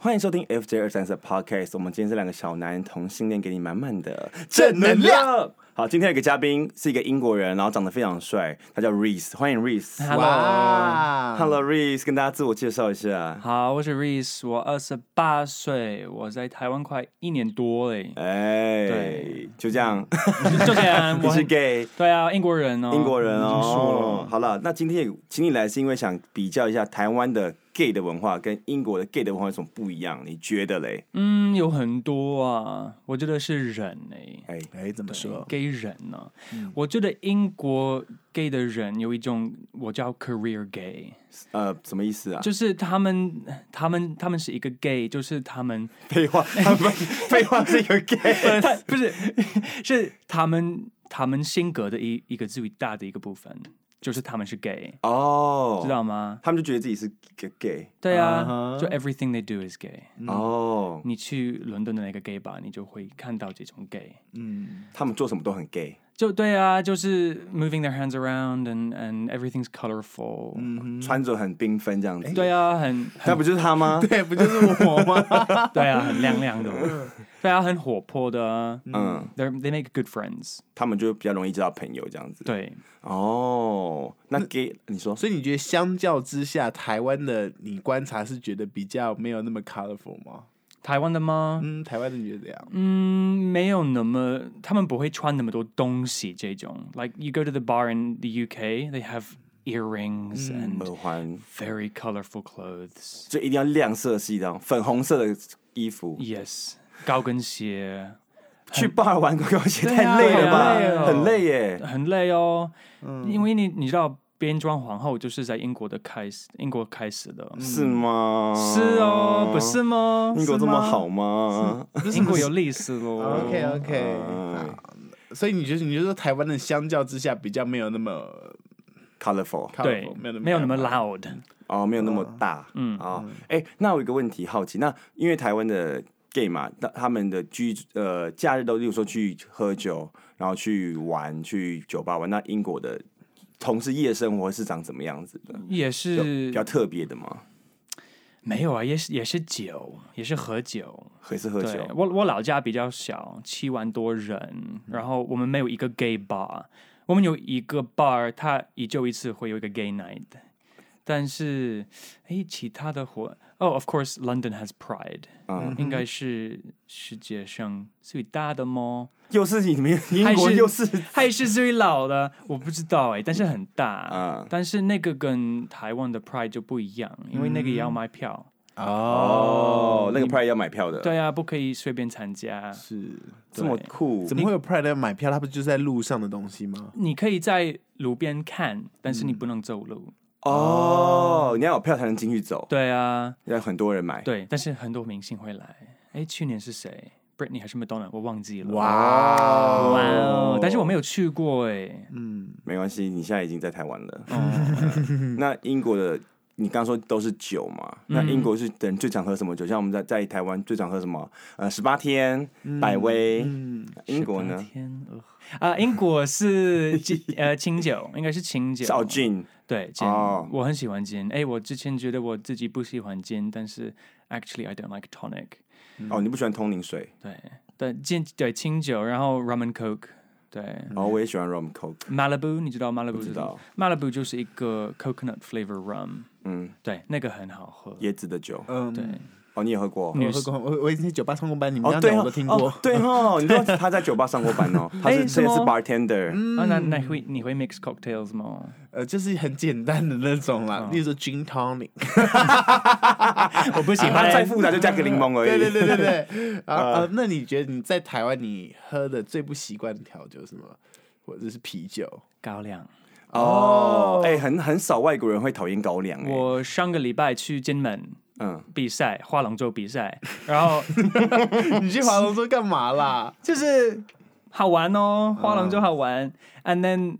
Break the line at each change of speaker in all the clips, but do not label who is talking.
欢迎收听 FJ 二三四 Podcast，我们今天是两个小男同性恋，给你满满的
正能量。
好，今天有一个嘉宾是一个英国人，然后长得非常帅，他叫 Reese，欢迎 Reese。
Hello，
Hello Reese，跟大家自我介绍一下。，
好，我是 Reese，我二十八岁，我在台湾快一年多嘞
哎
对，
就这样，
就这样，
你
我
是
很
gay，
对啊，英国人哦，
英国人
已经
哦
说。了，
好了，那今天也请你来是因为想比较一下台湾的 gay 的文化跟英国的 gay 的文化有什么不一样？你觉得嘞？
嗯，有很多啊，我觉得是人哎、
哎，
哎，怎么说？
gay 人呢、
嗯
我觉得英国 gay 的人有一种我叫 career gay，
呃，什么意思啊？
就是他们他们他们是一个 gay，就是 他们
废话，他们废话是一个 gay，
他不是 是他们他们性格的一一个最大的一个部分，就是他们是 gay，
哦，
知道吗？
他们就觉得自己是个 gay，
对
啊
啊
哈
就 everything they do is gay。
哦，
你去伦敦的那个 gay 吧，你就会看到这种 gay。
嗯，
他们做什么都很 gay，
就对啊，就是 moving their hands around and and everything's colorful、
穿着很缤纷这样子，
嗯对啊，很
那不就是他 吗？
对，不就是我吗？
对啊，很亮亮的。对啊，很活泼的啊。
嗯，
They they make good friends。
他们就比较容易交到朋友这样子。，
对，
哦，那 gay，你说
所以你觉得相较之下，台湾的你观察是觉得比较没有那么 colorful 吗？
台湾的吗？
嗯，台湾的你觉得怎样？
嗯，没有那么，他们不会穿那么多东西这种。Like you go to the bar in the UK, they have earrings and
耳环
very colorful clothes.
就一定要亮色系的，粉红色的衣服。
Yes，高跟鞋
去 bar 玩高跟鞋
对啊
太累了
好累
吧？
哦
很累耶。
很累哦，因为你你知道变装皇后就是在英国的开始，英国开始的，
是吗？
是哦，不是吗？
英国这么好吗？嗯
英国有历史咯。
啊 OK OK，、所以你觉得你就说台湾的相较之下比较没有那么
colorful
colorful，
对，
没有那么
没有那么
colorful
loud。
哦，没有那么大，嗯啊，哎，那我有一个问题好奇，那因为台湾的 gay 嘛，那他们的居呃假日都，例如说去喝酒，然后去玩，去酒吧玩，那英国的同是夜生活是长怎么样子的？
也
有比
是
较特别的吗？
没有啊，也是也是酒，也是喝酒。
还是喝
对
酒？嗯
我我老家比较小，七万多人，然后我们没有一个 gay bar，我们有一个 bar，它也就一次会有一个 gay night，但是诶，其他的活哦、o f course London has Pride，、
嗯
应该是世界上最大的吗？
又是你们英国，
还是
又是
还是最老的？我不知道诶，但是很大，
嗯
但是那个跟台湾的 Pride 就不一样，因为那个也要买票，
嗯哦，那个 pride 要买票的，，
对啊，不可以随便参加。
是
这么酷，
怎么会有 Pride 要买票？它不就是在路上的东西吗？
你可以在路边看，但是你不能走路。
哦，你要有票才能进去走，
嗯对啊，
要很多人买，
对，但是很多明星会来。哎，去年是谁？Britney 还是 Madonna？我忘记了。
哇
哇哦！但是我没有去过哎。
没关系，你现在已经在台湾了。
哦
那英国的，你刚刚说都是酒嘛？那
嗯
英国是人最常喝什么酒？像我们在在台湾最常喝什么？呃，十八天、百威。
嗯
嗯英国呢？
天鹅啊，英国是清呃清酒，应该是清酒。
是哦，gin
对，金
哦，
我很喜欢金。哎，我之前觉得我自己不喜欢金，但是 actually I don't like tonic。
嗯
哦，你不喜欢通灵水？
对，但金对清酒，然后 rum and coke。对
嗯
哦，我也喜欢 rum coke。
，Malibu 你知道
知
Malibu 是什
道
么？Malibu 就是一个 coconut flavor rum。
嗯，
对，那个很好喝。
椰子的酒。
嗯，
对，
哦，你也喝过？
我喝过，我我以前在酒吧上过班，你们
哦，
刚
对
讲
哦，
我
啊
都听过
哦。对哦，你说他在酒吧上过班 哦，他是
哎
这
什么
是 bartender。
嗯
啊，那那会你会 mix cocktails 吗？
呃，就是很简单的那种啦，例如说 gin tonic，
嗯 我不喜
他再复杂就加个柠檬而已。
对对对 对对。
啊
然后呃，那你觉得你在台湾你喝的最不习惯的调酒是什么？或者是啤 酒？
高粱。
哦，哎，很很少外国人会讨厌高粱。哎
我上个礼拜去金门
嗯，
比赛，划龙舟比赛，然 后
你去划龙舟干嘛啦？
就是好玩哦，划龙
嗯
舟好玩。And then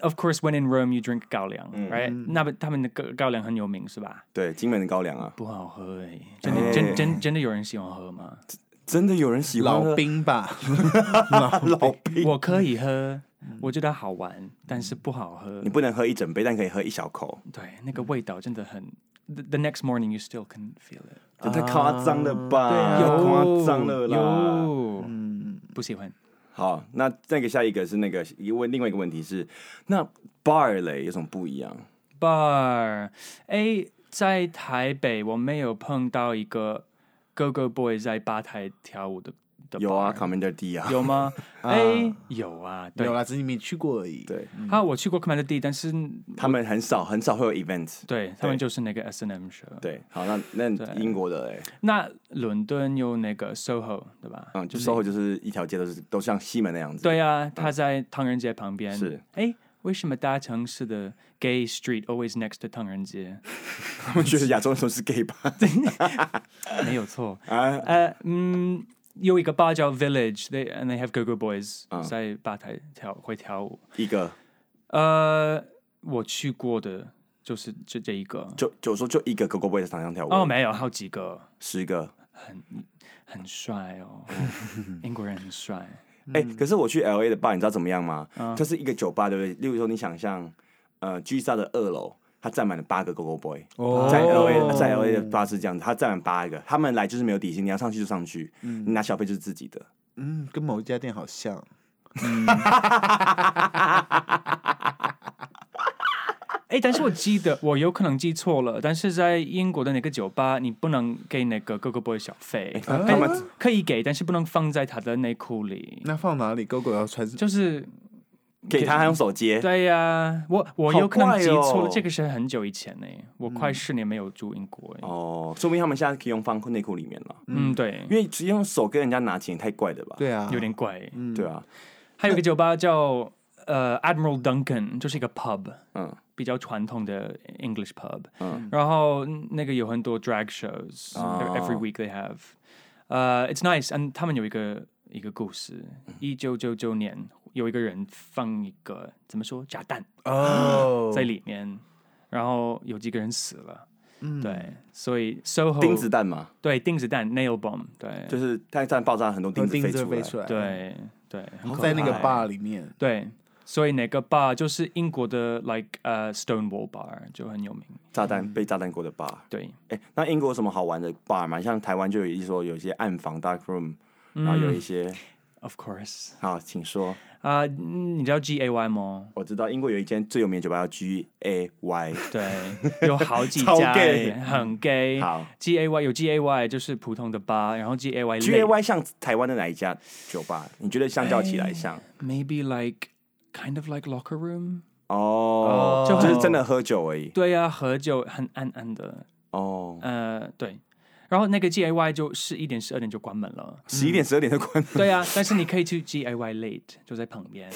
of course when in Rome you drink 高粱，right？那
嗯
边他们的高高粱很有名是吧？
对，金门的高粱啊。
不好喝哎，真
哎
的真真真的有人喜欢喝吗？
真的有人喜欢
老
喝
兵吧，
老兵，
我可以喝，我觉得好玩，但是不好喝
你。不能喝一整杯，但可以喝一小口。
啊对，那个味道真的很。The the next morning you still can feel it.
这太夸张了吧？
对啊
太
有
夸张了啦。
有，
嗯，
不喜欢。
好，那再给下一个是那个一问另外一个问题是，那 bar 嘞有什么不一样？
bar，哎，在台北我没有碰到一个哥哥 boy 在吧台跳舞的的 bar，
有啊，Commander D 啊，
有吗？
啊
哎，有啊，对
有，啦，只是你没去过而已。
对
他我去过 Command D，但是
他们很少很少会有 event。
对他们就是那个 S N M show。
对，好，那那英国的嘞，
那伦敦有那个 SOHO 对吧？
嗯，就 SOHO 就是一条街都是都像西门那样子。 嗯
对啊，他在唐人街旁边。
是，
哎，为什么大城市的 gay street always next to 唐 人街？
他们觉得亚洲人都是 gay 吧？
没有错。
啊，
呃，嗯，有一个吧叫 Village，they and they have go go boys、
嗯
在吧台跳会跳舞。
一个
呃，我去过的就是这这一个。
就就说就一个狗狗 boy 在场上跳舞，
哦，没有，好几个，
十个。
很帅 哦，英国人很帅。
哎、
嗯
可是我去 L A 的 bar，你知道怎么样吗？它是一个酒吧，对不对？例如说，你想象，呃，G Star 的二楼，它站满了八个 Go Go Boy，、
哦
在 L A 在 L A 的 bar 是这样子，它站满八个，他们来就是没有底薪，你要上去就上去，你拿小费就是自己的。
嗯，跟某一家店好像。
哎，但是我记得我有可能记错了，但是在英国的那个酒吧，你不能给那个哥哥 boy 小
哎
费，
他他们
可以给，但是不能放在他的内裤里。
那放哪里？狗狗要穿
就是
给他还用手接，
对呀、我我
好
有可能
怪
记错了，
哦
这个是很久以前呢、我快十年没有住英国、欸。
嗯哦，说明他们现在可以用放内裤里面了，
嗯，对
因，为直接用手跟人家拿钱也太怪了吧？
对啊，
有点怪、欸
对啊，
还有一个酒吧叫呃 Admiral Duncan，就是一个 pub，
嗯
比较传统的 English pub。
嗯
然后那个有很多 drag shows，every、
哦
every week they have。呃、i t s nice，and 他们有一个一个故事，
嗯
一九九九年有一个人放一个怎么说炸弹
啊
哦，
在里面，然后有几个人死了。对，所以 SOHO
嗯
哦
钉子弹嘛，
对钉子弹 nail bomb 对
就是它弹爆炸很多钉
哦钉
子
子
飞
就
出
飞
来，
出来，，
对对，很可
在那个
怕
bar 里面。
对，所以哪个 bar 就是英国的 like 呃、Stonewall bar 就很有名。
炸
嗯
弹被炸弹过的 bar。
对，
哎、那英国有什么好玩的 bar 吗？像台湾就有一说有一些暗房 dark room，、然后有
嗯
一些
Of course，
好，请说。
啊、嗯你知道 G A Y 吗？
我知道英国有一间最有名的酒吧叫 G A Y，
对，有好几
超
家
gay
欸，很 gay。
好
，G A Y 有 G A Y 就是普通的 bar，然后 G A Y
，G A Y 像台湾的哪一家酒吧？你觉得相较起来
哎
像？
maybe like kind of like locker room。
哦，
就
就是
很
真的喝酒而已。
对呀、啊，喝酒很暗暗的，
哦，
嗯
呃，对。然后那个 G A Y 就十一点十二点就关门了。
十一点十二点就关门。
对啊，但是你可以去 G A Y late，就在旁边。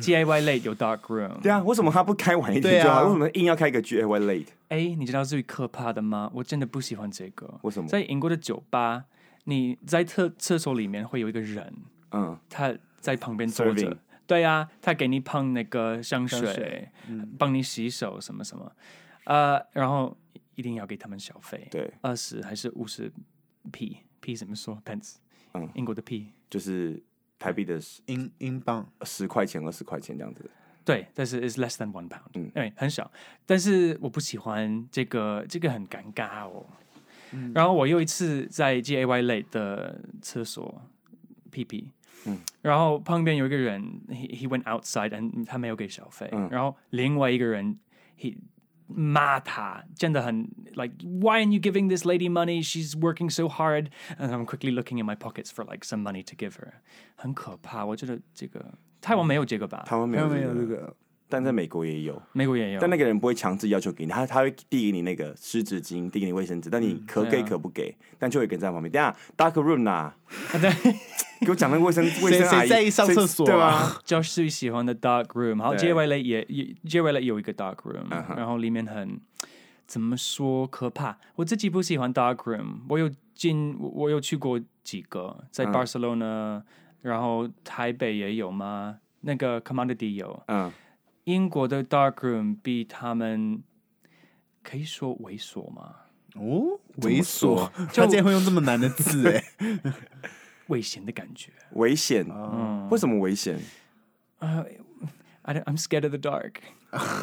G A Y late 有 dark room。
对啊，为什么他不开晚一
对
点
啊
就好？为什么硬要开一个 G A Y late？
哎，你知道最可怕的吗？我真的不喜欢这个。
为什么
在英国的酒吧，你在厕厕所里面会有一个人，
嗯，
他在旁边坐
Serving
着。对啊，他给你喷那个香水，
香水
嗯
帮你洗手什么什么，呃，然后一定要给他们小费，
对，
二十还是五十 p p 怎么说 pence？
嗯
英国的 p。
就是台币的十
英英镑，
十块钱、二十块钱这样子。
对，但是 is less than one pound，
嗯
对，很少。但是我不喜欢这个，这个很尴尬哦。然后我又一次在 G A Y 类的厕所屁屁，然后旁边有一个人，he he went outside and 他没有给小费，然后另外一个人 he 骂他，真的很 like why aren't you giving this lady money? She's working so hard, and I'm quickly looking in my pockets for like some money to give her，很可怕。我觉得这个台湾没有这个吧？
台湾没
没有
有
没
这
有这
个，
个，
但在美国也有。
美国也有，
但那个人不会强制要求给你，他他会递给你那个湿纸巾，递给你卫生纸，但
嗯
你可
对
给
啊
可不给，但就有一个人在旁边。等一下 dark room 啊，给我讲那个卫生卫生阿
谁
姨
在意上
谁
厕所
对吧？
啊
Josh 最喜欢的 dark room，好
对嗯
，J Y 类也也 J Y 类有一个 dark room，、然后里面很怎么说可怕，我自己不喜欢 dark room，我有进我我有去过几个，在
嗯
Barcelona，、然后台北也有吗？那个 Commodity 有，
嗯，
英国的 dark room 比他们可以说猥琐吗？
哦，猥琐，
就
他竟然会用这么难的字 哎，
危险的感觉。
危险，为什么危险？
啊 I don't, I'm scared of the dark。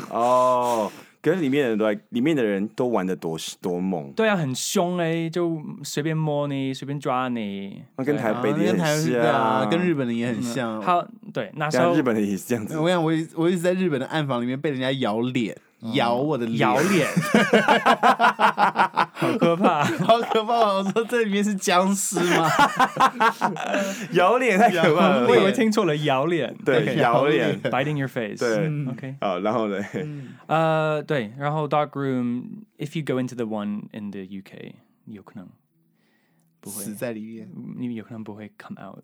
哦，可是里面的人都在，里面的人都玩的多多猛，
对啊，很凶哎、就随便摸你，随便抓你。
那跟
对
台
啊
北的也
跟台湾
很
是
像，嗯
对啊，跟日本的也很像。
他对那时
像
候
啊日本的也是这样子
我，想我一我一直在日本的暗房里面被人家咬脸，咬我的脸
咬 脸，好可怕。
好可怕！哦我说这里面是僵尸吗？
咬脸太可怕 了，
我以
对
为听错了，咬脸。
对，
咬
咬
脸嗯
脸，
，biting your face。
对
，OK。
好，然后呢？
呃，对，然后 dark room if you go into the one in the UK，有可能不会
死，在里面。
你有可能不会 come out，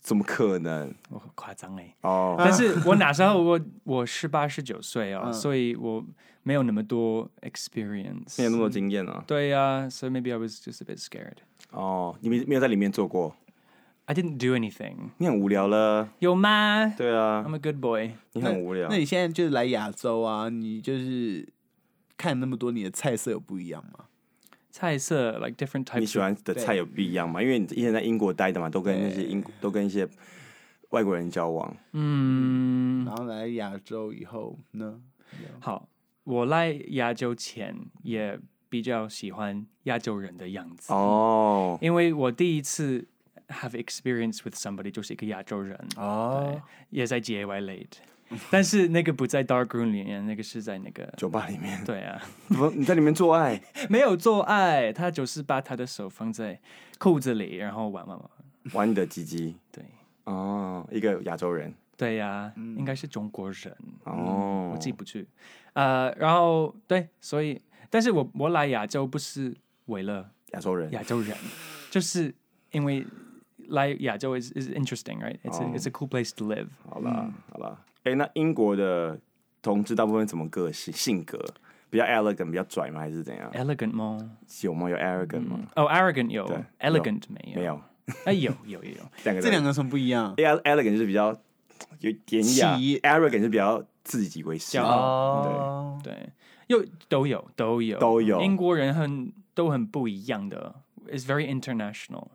怎么可能？
我很夸张哎、
哦，
嗯
但是我那时候我我十八十九岁哦，所以我没有那么
没
多
有那
experience。
么多经验啊。
对呀、s o maybe I was just a bit scared.
哦，你没没有在里面做过，
I didn't do anything.
你很无聊了。
有吗
对啊，
？I'm a good boy.
你很无聊
那。你现在就是来亚洲啊，你就是看那么多，你的菜色有不一样吗？
菜色 like different
你
types.
喜欢的菜有不一样吗？因为你以前在英国待的嘛，都跟那些英国都跟一些外国人交往。
嗯，
然后来亚洲以后呢？
好，我来亚洲前也比较喜欢亚洲人的样子，
哦，
因为我第一次 have experience with somebody 就是一个亚洲人，
哦
对，也在 JY late，但是那个不在 dark room 里面，那个是在那个。
酒吧里 面，
对啊，
不，你在里面做爱，
没有做爱，他就是把他的手放在裤子里，然后玩玩玩。
玩你的鸡鸡。
对，
哦，一个亚洲人。
对呀、
嗯
应该是中国人。
哦
嗯我，记不去。呃，然后对，所以，但是我我来亚洲不是为了
亚洲人。
亚洲人，就是因为来亚洲 is is interesting, right? It's a, it's a cool place to live.
好啦，好啦。哎，那英国的同志大部分怎么个性性格？比较 elegant，比较拽吗？还是怎样？
Elegant 吗？
有吗？有 arrogant 吗？
哦、a r r o g a n t 有
对
，elegant 没有？
没，有，
哎，有有有有。
两个
这
都
两个有什么不一样？
A elegant 是比较有典雅
气
，arrogant 是比较自己为是
骄，傲
哦，
对，又都有都有
都有
英国人很都很不一样的，is very international,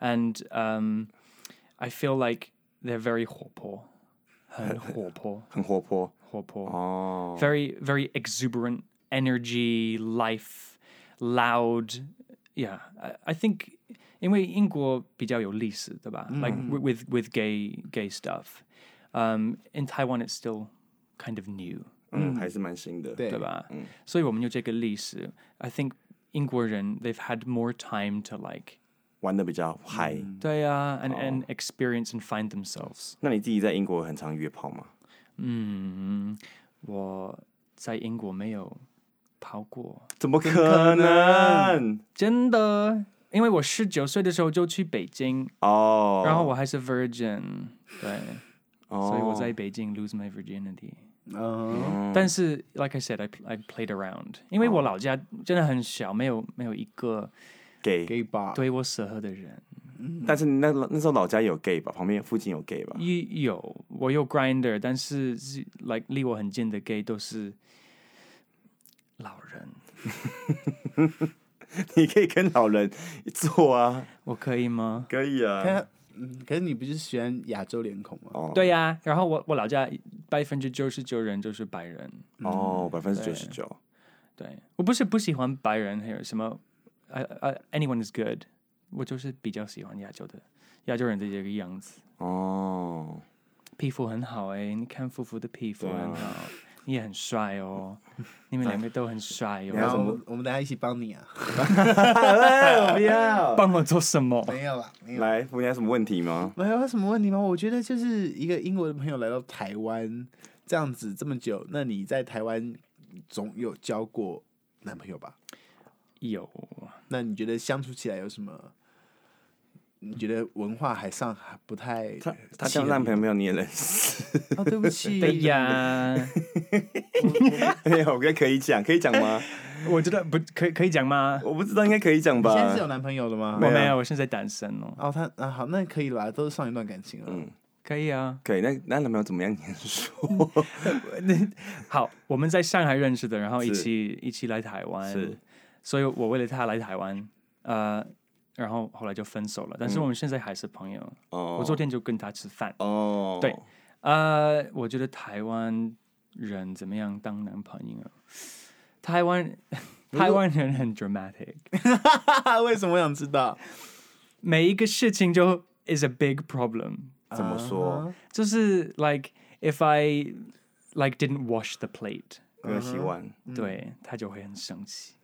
and um, I feel like they're very 活泼， 很活泼，
很活泼
活泼
哦。
very very exuberant energy, life, loud. Yeah, I, I think 因为英国比较有历史，对吧？Like wi- with with gay gay stuff. Um, in Taiwan, it's still kind of new.
嗯，还是蛮新的。
对
对吧？所以我们有这个历史。I think 英国人 they've had more time to like
玩的比较嗨。
对啊，and、and experience and find themselves。
那你自己在英国很常约炮吗？
嗯，Mm. 我在英国没有跑过，
怎么可能？
真的，因为我十九岁的时候就去北京，
哦，
然后我还是 virgin，对，
哦
所以我在北京 lose my virginity。
嗯，
但是，like I said, I I played around，因为我老家真的很小，没有没有一个
gay，
gay bar
对我适合的人。
但是那那时候老家有 gay 吧，旁边附近有 gay 吧？
也有，我有 grinder，但是是 like 离我很近的 gay 都是老人，
你可以跟老人做啊，
我可以吗？
可以啊。
可嗯可是你不是喜欢亚洲脸孔吗？
哦，
对呀、然后我我老家百分之九十九人都是白人，
哦，百分之九十九。
对我不是不喜欢白人，还有什么呃呃 anyone is good，我就是比较喜欢亚洲的亚洲人的这个样子，
哦，
皮肤很好哎、你看夫妇的皮肤
对啊
很好，你也很帅 哦，你们两个都很帅
你还
然
有
后
什
哦，
么
我我们大家一起帮你啊？
哎，我不要。
帮我做什么？
没有啦，没有。
来，你还有什么问题吗？
没有什么问题吗？我觉得就是一个英国的朋友来到台湾这样子这么久，那你在台湾总有交过男朋友吧？
有。
那你觉得相处起来有什么？你觉得文化还上还不太？
他他交男朋友你也认识？
哦，对不起，
对呀，
没有，我觉得可以讲，可以讲吗？
我觉得不可以可以讲吗？
我不知道，应该可以讲
你现在是有
吧？
男朋友了吗？
我没有，我现在单身哦。
哦，他啊好，那可以啦，都是上一段感情了。嗯，
可以啊，
可以，那那男朋友怎么样？你先说。
嗯好，我们在上海认识的，然后一起一起来台湾
是，
所以我为了他来台湾，呃，然后后来就分手了。但是我们现在还是朋友，
嗯哦
我昨天就跟他吃饭。
哦，
对，呃，我觉得台湾人怎么样当男朋友？台湾台湾人很 dramatic，嗯
为什么我想知道？
每一个事情就 is a big problem。
怎
啊
么说？
就是 like if I like didn't wash the plate，、
没有洗碗，
对他就会很生气。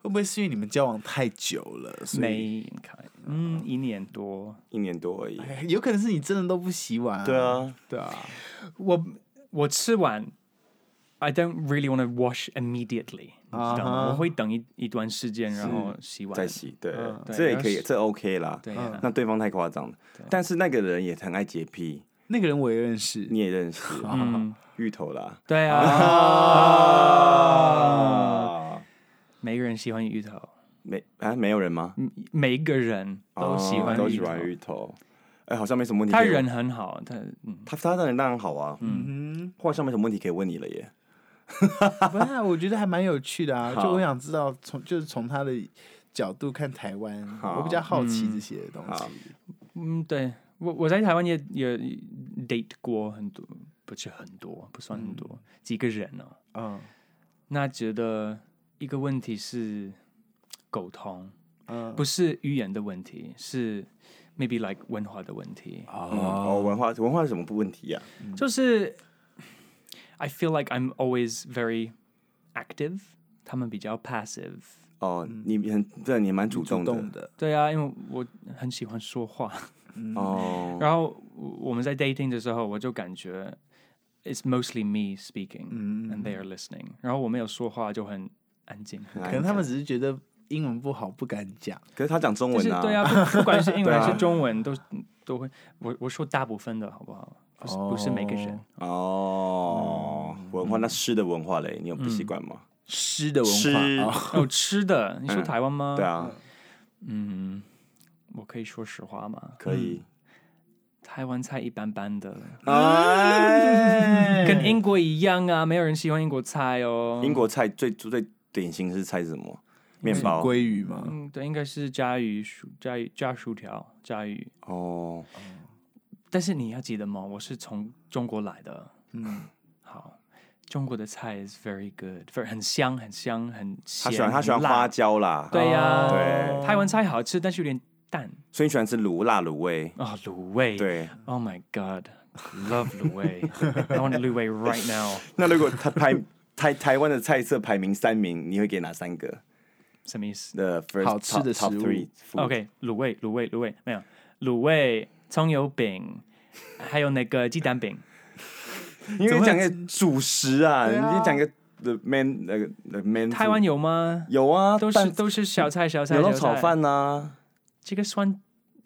会不会是因为你们交往太久了？所以
没看，嗯，一年多，
一年多而已。
哎
有可能是你真的都不洗碗、啊。
对，啊，
对啊。
我我吃完，I don't really want to wash immediately，、你知道吗？我会等一一段时间，然后洗碗
再。洗，嗯对，
嗯对
这也
要
可以，
洗
这 OK 啦。
对啊
那对方太夸张了，但是那个人也很爱洁癖，
那个人我也认识，
你也认 识，
嗯
芋头啦。
对
啊
啊，
啊，
每个人喜欢芋头，
没啊，没有人吗？
每一个人都喜欢
哦都
芋
喜
头。
欢芋头。哎，好像没什么问题
他
可以问。
人很好，他嗯，
他他当然当然好啊，
嗯
或者上没什么问题可以问你了耶。
哼，不然我觉得还蛮有趣的啊。
好
就我想知道从就是从他的角度看台湾，
好
我比较好奇这些东西
好。
嗯，对我我在台湾也也 date 过很多，不是很多，不算很多，几个人哦。
嗯
那觉得一个问题是沟通，
嗯，
不是语言的问题，是 maybe like 文化的问题。
嗯哦，文化文化有什么不问题呀？啊
就是 I feel like I'm always very active，他们比较 passive。
哦，你很对，你蛮主
嗯主
动
动
的
的，嗯
对啊，因为我很喜欢说话。
哦。
然后我我们在 dating 的时候，我就感觉 it's mostly me speaking
嗯
and they are listening。然后我没有说话就很安静，
可
可能他们只是觉得英文不好不敢讲。
可是他讲中
就是
文啊，
对啊，不不管是英
对
文
啊
还是中文，都都会。我我说大部分的好不好？不是不是每个人。
哦，
嗯
文化那吃的文化嘞，你有不习惯吗？
诗的文
诗
化， 哦
哦，吃的，你说台湾吗？
对，啊，
嗯，我可以说实话吗？
可以。
台湾菜一般般的，
嗯
哎，
跟英国一样啊，没有人喜欢英国菜哦。
嗯
英国菜最最典型是菜是什么？面包
鲑鱼嘛，
嗯，对，应该是加鱼薯加鱼加薯条加鱼。
哦，
但是你要记得吗？我是从中国来的。嗯， 好，中国的菜 is very good，very 很香，很香，很
他
咸。
喜欢他喜欢
很辣
花。椒啦，
对呀、
对
台湾菜好吃，但是有点淡
所以你喜欢吃卤辣卤味，
啊、卤味。
对。
，Oh my God，love 卤味 ，I want 卤味 right now。
那如果他排台台湾的菜色排名三名，你会给哪三个？
什么意思
的 first
好吃的
top,
食
top
物
three food
？OK，卤味，卤味，卤味，没有卤味、葱油 饼，还有那个鸡蛋饼。
因为讲个主食啊，
对啊
你讲个 the man 那个 the man，
台湾
food
有吗？
有啊，
都是
蛋
都是小菜，小菜，
牛肉
小
炒
菜。
饭啊呐，
这个算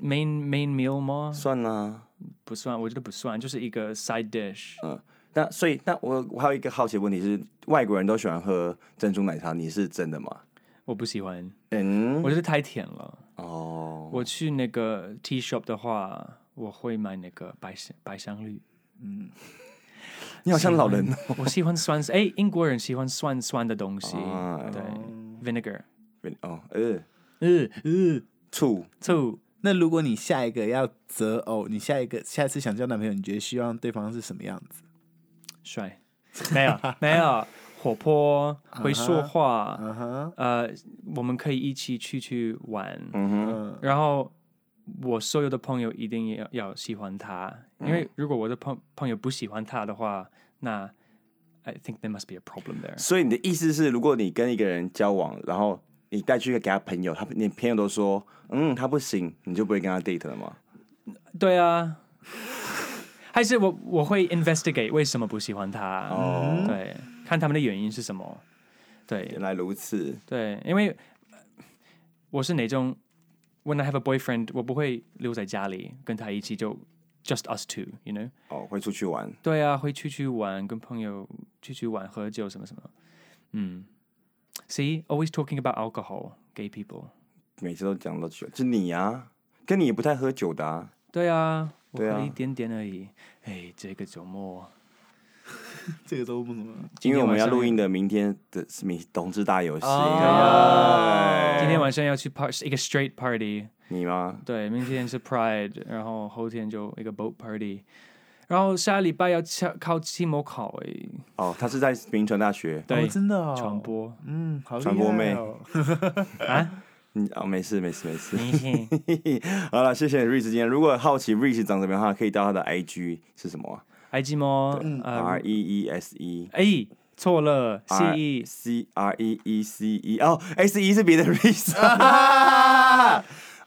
main main meal 吗？
算啦。
不算，我觉得不算，就是一个 side dish。
嗯那所以，那我我还有一个好奇的问题是，外国人都喜欢喝珍珠奶茶，你是真的吗？
我不喜欢，
嗯，
我觉得太甜了。
哦，
我去那个 tea shop 的话，我会买那个白香白香绿。
你好像老人哦。
我喜欢酸， 哎，英国人喜欢酸酸的东西，
啊
对，vinegar，
嗯 哦，呃，
嗯嗯，
醋
醋，
那如果你下一个要择偶，你下一个下一次想交男朋友，你觉得希望对方是什么样子？
帅， 没有没有，活泼，会说话
嗯哼，
呃，我们可以一起去去玩，
嗯
然后我所有的朋友一定要要喜欢他，
嗯
因为如果我的朋朋友不喜欢他的话，那 I think there must be a problem there。
所以你的意思是，如果你跟一个人交往，然后你带去给他朋友，他你朋友都说，嗯，他不行，你就不会跟他 date 了吗？
对啊，还是我我会 investigate 为什么不喜欢他，
哦
对，看他们的原因是什么，对
原来如此，
对，因为呃我是哪种，when I have a boyfriend，我不会留在家里跟他一起就 just us two，you know。
哦，会出去玩，
对啊，会去去玩，跟朋友去去玩，喝酒什么什么。嗯，See, always talking about alcohol, gay people。
每次都讲到酒，就你啊，跟你也不太喝酒的啊，
对啊，我
对啊
喝一点点而已。哎，这个周末，
这个都不怎么。
今
因为
天
我们
晚
要
上哦
录音的明天的是明同志大游行，啊
哦
今
哎
天晚上要去 part 一个 straight party，
你吗？
对，明天是 Pride，然后后天就一个 boat party。然后下礼拜要敲考期末考哎诶，
哦，他是在明传大学，
对，
哦真的哦，
传，播，
嗯，好厉害
传播妹
哦，
嗯，哦，没事没事没事。
没 事
好了，谢谢 Rich 今天。如果好奇 Rich 长什么样的话，可以到他的 IG 是什么啊、
，IG 吗？
r
呃，
E E S E
哎，错了，C E
C R E E C E 哦，S E 是别的 Rich。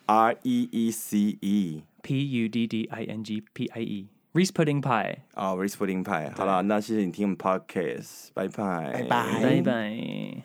R E E C E
P U D D I N G P I E，Reese Pudding Pie，
啊哦 r i c h Pudding Pie。好了，那谢谢你听我们 Podcast，拜拜，拜
拜
拜拜。